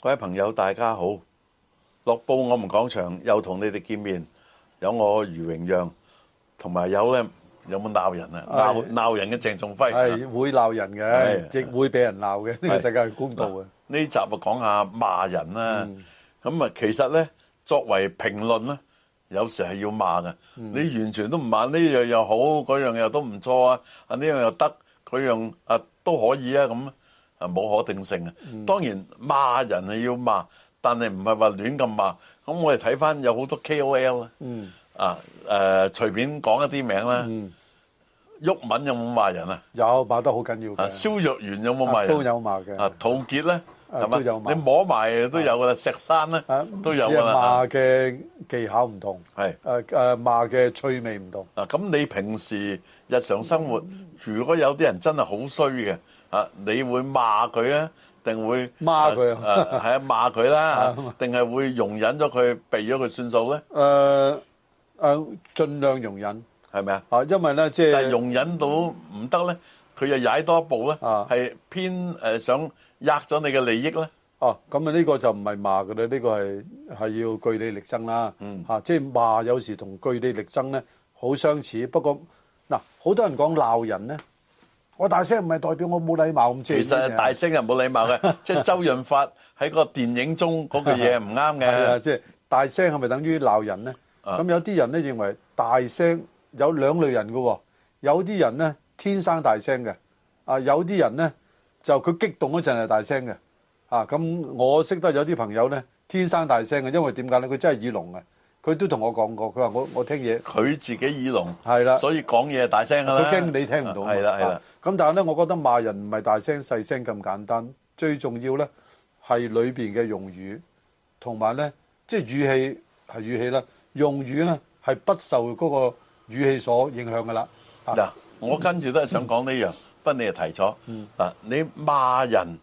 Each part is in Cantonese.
各位朋友，大家好！《樂報我們講場》又同你哋見面，有我余榮讓，同埋有咧有冇鬧人啊？係鬧鬧人嘅鄭仲輝。係會鬧人係嘅，亦會俾人鬧嘅。呢個係世界係公道嘅嗱。呢集啊講下罵人啦。嗯咁啊，其實咧作為評論咧，有時係要罵嘅。嗯你完全都唔罵呢樣又好，嗰樣又都唔錯啊，啊呢樣又得，嗰樣啊都可以啊咁啊冇可定性啊。嗯當然罵人係要罵，但係唔係話亂咁罵。咁我哋睇翻有好多 KOL 啊，嗯，啊誒、呃、隨便講一啲名啦。嗯鬱文有冇罵人啊？有罵得好緊要啊嘅，蕭若元有冇罵人？都有罵嘅。啊，陶傑咧，啊係嘛？都有罵你摸埋都有噶啦，石山咧啊都有只係噶啦罵，嘅技巧唔同，啊係誒誒罵嘅趣味唔同。啊。咁你平時日常生活，嗯如果有啲人真係好衰嘅，啊，你會罵佢啊，定會罵佢啊？啊啊係啊，罵佢 啦啊，定係會容忍咗佢，避咗佢算數咧？誒誒，啊盡量容忍係咪啊？啊，因為咧即但係係容忍到唔得咧，佢又踩多一步咧，啊係偏誒想壓咗你嘅利益咧。哦，咁啊呢個就唔係罵嘅啦，呢個係係要據理力爭啦。嗯嚇，即係罵有時同據理力爭咧好相似，不過嗱，好多人講鬧人咧，我大聲唔係代表我冇禮貌咁即係其實呢啊係大聲人冇禮貌 嘅，即係周潤發喺個電影中嗰句嘢唔啱 係啊，嘅。即係大聲係咪等於鬧人咧？啊咁有啲人咧認為大聲有兩類人嘅喎，有啲人咧天生大聲嘅，啊有啲人咧就佢激動嗰陣係大聲嘅，啊咁我識得有啲朋友咧天生大聲嘅，因為點解咧？佢真係耳聾嘅，佢都同我講過，佢話我我聽嘢佢自己耳係啦聾，。所以講嘢大聲㗎啦。佢驚你聽唔到嘛。係啦係啦啊。咁但係咧，我覺得罵人唔係大聲細聲咁簡單，最重要咧係裏邊嘅用語，同埋咧即係語氣係語氣啦，用語咧係不受嗰個語氣所影響㗎啦。啊嗱，我跟住都係想講呢樣，不過你又提咗。嗯嗱，你罵人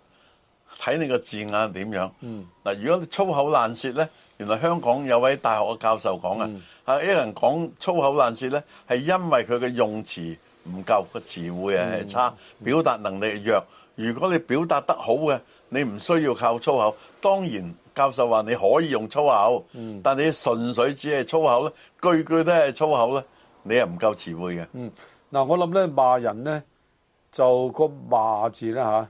睇你個字眼係點樣。嗱，如果你粗口爛舌咧，原來香港有位大學嘅教授講嗯啊，啊一個人講粗口爛舌咧，係因為佢嘅用詞唔夠，個詞彙係嗯差，表達能力係弱。如果你表達得好嘅，你唔需要靠粗口。當然，教授話你可以用粗口，嗯但你純粹只係粗口咧，句句都係粗口咧，你係唔夠詞彙嘅。嗯，嗱，我諗咧罵人咧就個罵字啦嚇。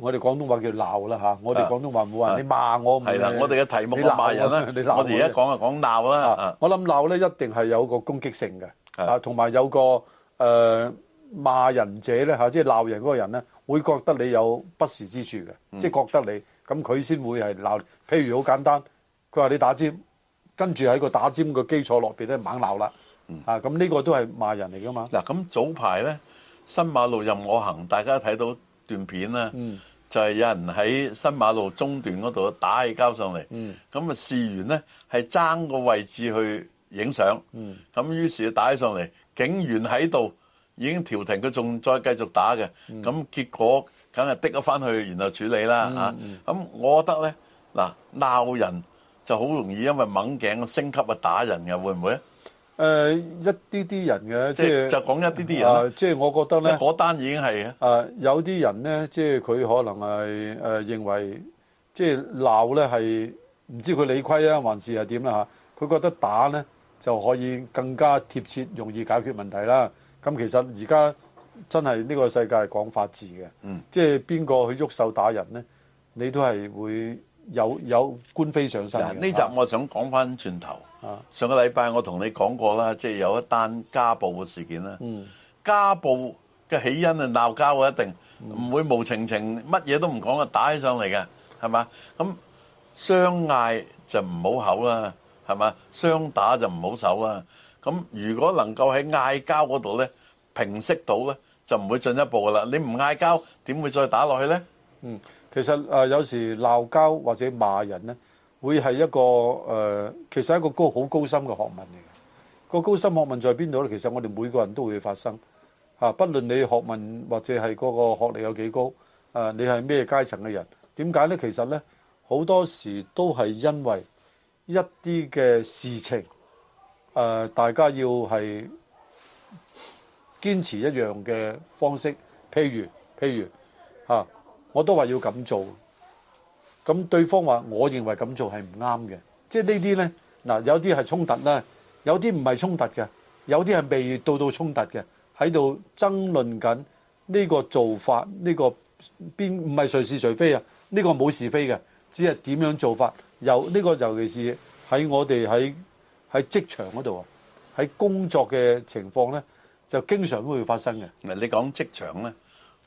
我哋廣東話叫鬧啦嚇，我哋啊廣東話冇啊話你罵我唔係啦，哦你我哋嘅題目你我鬧啊罵人啦，你鬧我哋而家啫講就講鬧啦。啊啊，我諗鬧咧一定係有個攻擊性嘅，係啊，同埋有個誒、呃、罵人者咧嚇，即係鬧人嗰個人咧，會覺得你有不時之處嘅，即係覺得你咁佢先會係鬧你。譬如好簡單，佢話你打尖，跟住喺個打尖嘅基礎落邊咧猛鬧啦，啊，咁呢個都係罵人嚟噶嘛，嗱，咁早排咧，新馬路任我行，大家睇到段片啦，嗯就係有人喺新馬路中段嗰度打起交上嚟，嗯咁啊事緣咧係爭個位置去影相，嗯咁於是打起上嚟，警員喺度已經調停，佢仲再繼續打嘅，咁結果梗係滴咗翻去，然後處理啦嚇。咁我覺得咧，嗱鬧人就好容易因為掹頸升級啊打人嘅，會唔會啊？誒、呃一啲啲人嘅，即即係係就講一啲啲人啦啊，即係我覺得咧咧。嗰單已經係啊，啊，有啲人呢，即係佢可能係誒、呃、認為，即係鬧呢係唔知佢理虧啊，還是係點啦嚇？佢覺得打呢就可以更加貼切，容易解決問題啦。咁其實而家真係呢個世界係講法治嘅，嗯即係邊個去喐手打人呢？你都係會有有官非上身嗱嘅。呢集我想講翻轉頭啊。上個禮拜我同你講過啦，即係有一單家暴嘅事件啦。嗯家暴嘅起因係鬧交嘅，一定唔會無情情乜嘢都唔講啊，打起上嚟嘅係嘛？咁相嗌就唔好口啦，係嘛？相打就唔好手啦。咁如果能夠喺嗌交嗰度咧平息到咧，就唔會進一步噶啦。你唔嗌交點會再打落去咧？嗯，其實誒、呃有時鬧交或者罵人呢，會係一個誒、呃其實係一個高好高深嘅學問嚟嘅。個高深學問在邊度呢？其實我哋每個人都會發生嚇、啊不論你學問或者係嗰個學歷有幾高，誒、呃你係咩階層嘅人，點解呢？其實呢，好多時都係因為一啲嘅事情，誒、呃大家要係堅持一樣嘅方式，譬如譬如嚇、啊我都話要咁做，咁對方話我認為咁做係唔啱嘅，即係呢啲呢，嗱有啲係衝突啦，有啲唔係衝突嘅，有啲係未到到衝突嘅，喺度爭論緊呢個做法，呢、個邊唔係誰是誰非啊？呢、個冇是非嘅，只係點樣做法。由呢、個尤其是喺我哋喺喺職場嗰度啊，喺工作嘅情況呢，就經常都會發生嘅。嗱，你講職場咧，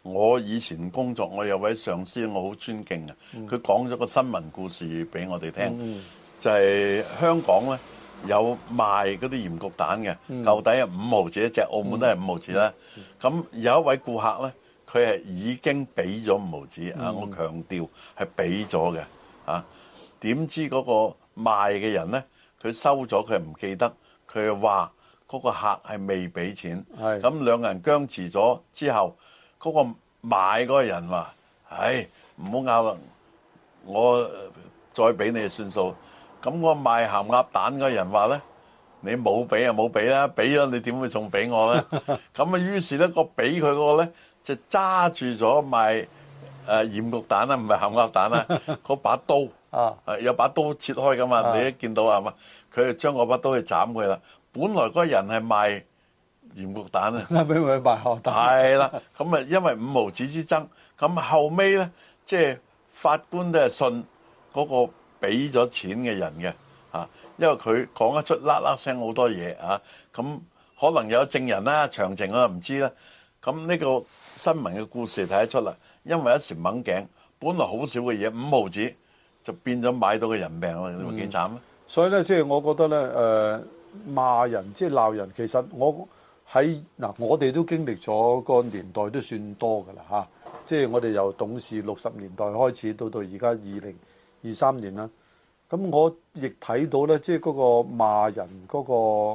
我以前工作，我有位上司，我好尊敬嘅，佢講咗個新聞故事俾我哋嗯聽，就係香港咧有賣嗰啲鹽焗蛋嘅，舊底係五毫子一隻，澳門都係五毫子啦。咁有一位顧客咧，佢係已經俾咗五毫子啊，我強調係俾咗嘅啊。點知嗰個賣嘅人咧，佢收咗佢唔記得，佢話嗰個客係未俾錢。係咁兩個人僵持咗之後，嗰、個買嗰個人話：，唉，唔好拗啦，我呃再俾你就算數。咁我賣鹹鴨蛋嗰個人話咧：，你冇俾啊就冇俾啦，俾咗你點會仲俾我咧？咁啊，於是咧個俾佢嗰個咧就揸住咗賣誒鹽焗蛋啊啦，唔係鹹鴨蛋啦，嗰把刀。啊，啊有把刀切開噶嘛，啊，你一見到係嘛？佢就將嗰把刀去斬佢啦。本來嗰個人係賣鹽焗蛋啊咪咪賣學大係啦，咁啊因為五毫子之爭，咁後尾咧即係法官都係信嗰個俾咗錢嘅人嘅啊，因為佢講得出啦啦聲好多嘢啊，咁可能有證人啦，詳情啊我就唔知啦。咁呢個新聞嘅故事睇得出啦，因為一時掹頸，本來好少嘅嘢五毫子就變咗買到個人命啦，你話幾嗯慘啊？所以咧，即係我覺得咧，誒、罵人即係鬧人，其實我喺嗱，我哋都經歷咗個年代都算多㗎啦嚇。即係我哋由董事六十年代開始，到到而家二零二三年啦。咁我亦睇到咧，即係嗰個罵人嗰、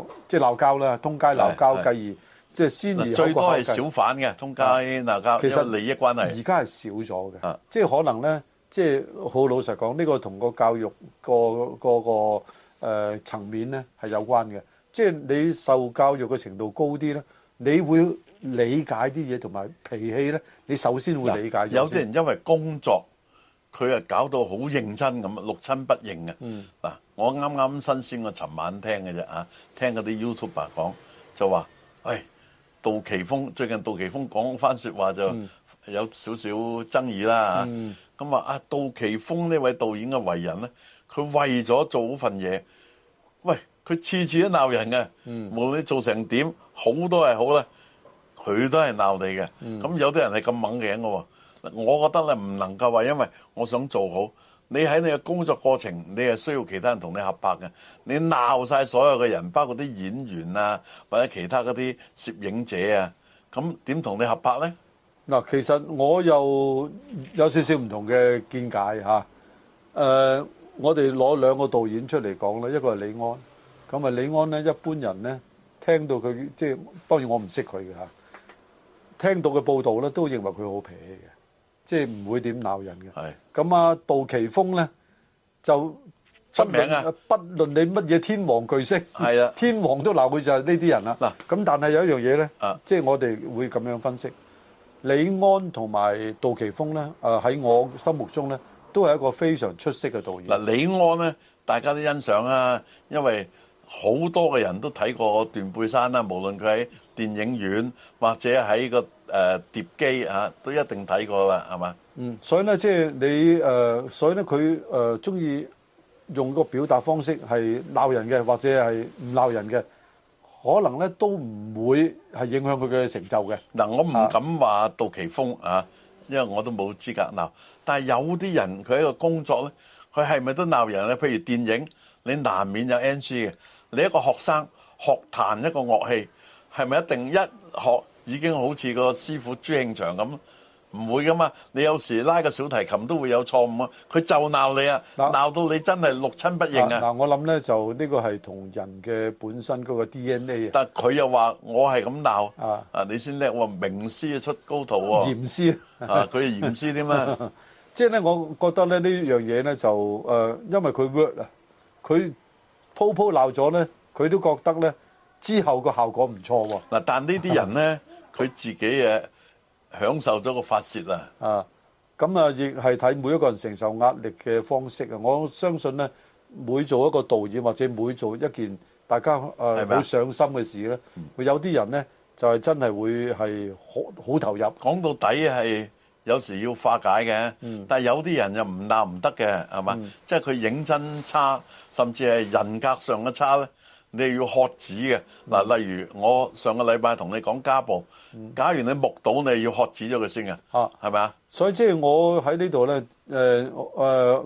個即係鬧交啦，通街鬧交，係繼而即係先而嗱有最一個多口係繼小販嘅通街鬧交，其實因為利益關係而。家係少咗嘅啊，即係可能咧，即係好老實講，呢、個同個教育個個個誒、呃、層面咧係有關嘅。即係你受教育嘅程度高啲咧，你會理解啲嘢同埋脾氣咧，你首先會理解咗先。有啲人因為工作，佢啊搞到好認真咁，啊六親不認嘅。嗯嗱，我啱啱新鮮，我尋晚聽嘅啫啊，聽嗰啲 YouTuber 講就話，喂，杜琪峰最近杜琪峰講翻説話就有少少爭議啦嚇嗯咁啊，啊杜琪峰呢位導演嘅為人咧，佢為咗做好份嘢，喂，佢次次都鬧人嘅，嗯無論你做成點，好都係好啦，佢都係鬧你嘅。咁、有啲人係咁猛頸嘅喎，嗱我覺得咧唔能夠話，因為我想做好，你喺你嘅工作過程，你係需要其他人同你合拍嘅，你鬧晒所有嘅人，包括啲演員啊，或者其他嗰啲攝影者啊，咁點同你合拍咧？嗱，其實我又有少少唔同嘅見解嚇。誒、呃我哋攞兩個導演出嚟講啦，一個係李安，咁啊李安呢，一般人呢，聽到佢即係當然我唔識佢嘅嚇，聽到嘅報道呢，都認為佢好脾氣嘅，即係唔會點鬧人嘅。係咁啊，杜琪峰呢，就出名啊！不論你乜嘢天王巨星，係啊天王都鬧佢就係呢啲人啦。嗱咁但係有一樣嘢咧啊，即係我哋會咁樣分析，李安同埋杜琪峰咧，誒喺我心目中咧，都係一個非常出色嘅導演。嗱，李安咧，大家都欣賞啊，因為好多嘅人都睇過《斷背山》啦，無論佢喺電影院或者喺個誒、呃碟機啊，都一定睇過啦，係嘛？嗯，所以咧，即係你誒、呃所以咧，佢誒中意用個表達方式係鬧人嘅，或者係唔鬧人嘅，可能咧都唔會係影響佢嘅成就嘅。嗱，我唔啊敢話杜琪峰啊，因為我都冇資格鬧。但係有啲人佢喺個工作咧，佢係咪都鬧人咧？譬如電影，你難免有 NG 嘅。你一個學生學彈一個樂器，係咪一定一學已經好似個師傅朱慶祥咁？唔會噶嘛！你有時拉個小提琴都會有錯誤啊，佢就鬧你啊，嗱鬧到你真係六親不認嗱、啊！我諗咧就呢個係同人嘅本身嗰個 DNA 啊，但佢又話我係咁鬧啊啊，你先叻喎，名師出高徒喎，嚴師啊。啊佢係嚴師添啊！即係咧，我覺得咧呢樣嘢咧就誒、呃因為佢 work 啊，佢鋪鋪鬧咗咧，佢都覺得咧之後個效果唔錯喎。呃嗱，但呢啲人咧，佢自己誒享受咗個發泄啊！啊，咁啊，亦係睇每一個人承受壓力嘅方式啊！我相信咧，每做一個導演或者每做一件大家係誒咪啊嗯好上心嘅事咧，會有啲人咧就係真係會係好好投入。講到底係有時要化解嘅，但係有啲人就唔鬧唔得嘅，係嘛？即係佢認真差，甚至係人格上嘅差咧，你係要喝止嘅。嗱、例如我上個禮拜同你講家暴，假如你目睹，你係要喝止咗佢先嘅，啊係咪啊？所以即係我喺呢度咧，誒、誒、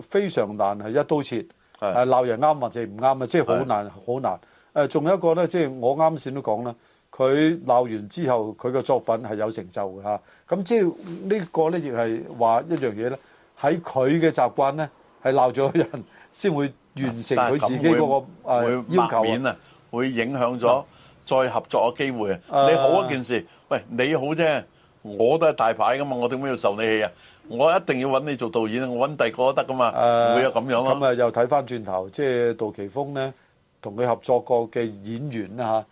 非常難係一刀切，係誒鬧人啱或者唔啱啊，即係好難好難。誒、仲有一個咧，即係我啱先都講啦，佢鬧完之後，佢嘅作品係有成就嘅嚇。咁即係呢個咧，亦係話一樣嘢咧，喺佢嘅習慣咧，係鬧咗人先會完成但係佢咁自己會嗰個會誒要抹求啊面。啊，會影響咗再合作嘅機會啊！啊你好一件事，喂你好啫，我都係大牌噶嘛，我點解要受你氣啊？我一定要揾你做導演啊，我揾第二個都得噶嘛，誒會有咁樣咁咯。啊，又睇翻轉頭，即係杜琪峰咧，同佢合作過嘅演員啦嚇，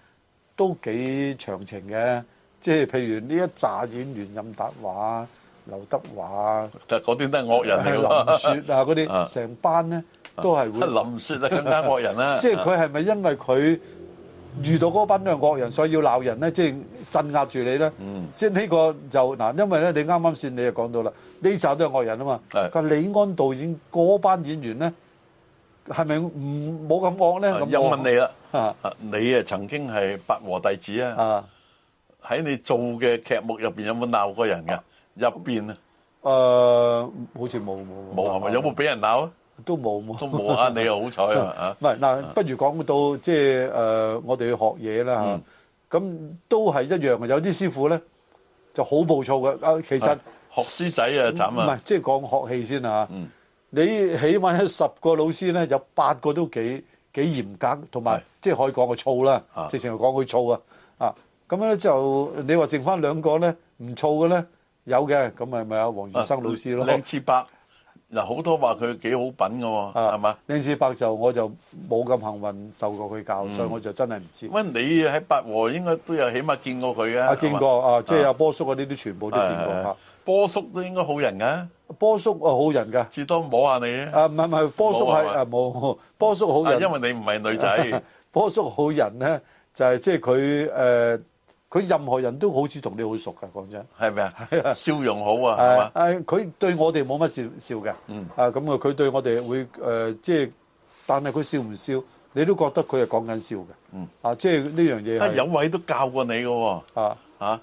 都幾長情嘅。即係譬如呢一紮演員，任達華、劉德華、但係嗰啲都係惡人嚟林㗎雪啊嗰啊啲，成班咧都 係會，喎， 林雪啊更加惡人啦。 即係佢係咪因為佢遇到嗰班兩惡人，所以要鬧人咧，即係鎮壓住你咧？嗯即係呢個就嗱，因為咧你啱啱先你就講到啦，呢集都係外人啊嘛。係但李安導演嗰班演員咧，係咪唔冇咁惡咧？咁又啊問你啦，你啊啊你啊曾經係八和弟子啊，啊喺你做嘅劇目入邊有冇鬧過人㗎？入邊啊誒，好似冇冇冇係咪？有冇俾人鬧啊？ 都冇冇都冇啊！你又好彩啊！啊唔係嗱，不如講到即係誒、呃我哋去學嘢啦嗯嚇。咁、都係一樣嘅，有啲師傅咧就好暴躁嘅。啊，其實學師仔啊慘唔係啊！即係講學氣先啊。嗯你起碼有十個老師咧，有八個都幾幾嚴格，同埋係即係可以講佢燥啦啊，直情係講佢燥啊。啊，咁樣咧就你話剩翻兩個咧唔燥嘅咧，有嘅，咁咪咪阿黃月生老師咯。靚次伯嗱，好多話佢幾好品嘅喎，係嘛？？靚志伯就我就冇咁幸運受過佢教，所以我就真係唔知。喂，你喺八和應該都有起碼見過佢嘅，啊，見過啊，即係阿波叔嗰啲都全部我都見過啊。。波叔都應該好人嘅，波叔啊，好人㗎。至多摸下你啊，啊，唔係唔係，波叔係冇啊啊冇，波叔好人。因為你唔係女 仔，波叔好人咧，就係即係佢誒，佢任何人都好似同你好熟㗎，講真。係 咪啊？笑容好啊，係誒嘛？誒，佢對我哋冇乜笑笑嘅。嗯啊，咁啊，佢對我哋會誒，即係，但係佢笑唔笑，你都覺得佢係講緊笑嘅。嗯。啊，即係呢樣嘢啊，係有位都教過你嘅喎，啊，嚇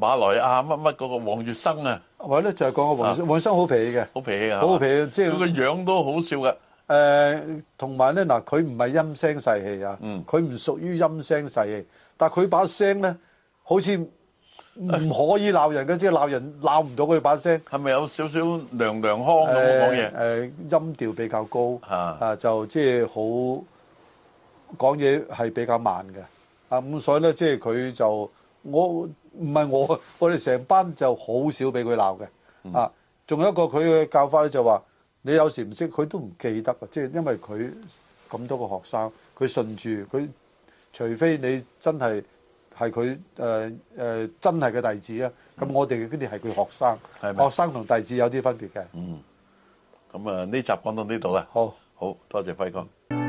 馬來亞乜乜嗰個黃月生啊，或者咧就係講個黃生黃生好脾氣嘅，好脾啊氣啊，好脾氣，即佢個係樣都好笑嘅，誒，呃同埋咧嗱，佢唔係陰聲細氣啊，嗯佢唔屬於陰聲細氣，但係佢把聲咧好似唔可以鬧人嘅，即係鬧人鬧唔到佢把聲。係咪有少少娘娘腔咁啊講嘢？誒誒音調比較高，嚇啊就即係好講嘢係比較慢嘅，啊咁所以咧即係佢就我唔係我， 我哋成班就好少俾佢鬧嗯嘅，啊仲有一個佢嘅教法咧就話你有時唔識佢都唔記得啊，即係因為佢咁多個學生，佢順住佢，除非你真係。係佢誒誒真係嘅弟子啦，咁我哋嗰啲係佢學生，嗯係咪學生同弟嗯子有啲分別嘅。咁啊，呢集講到呢度啦，好。好多謝輝哥。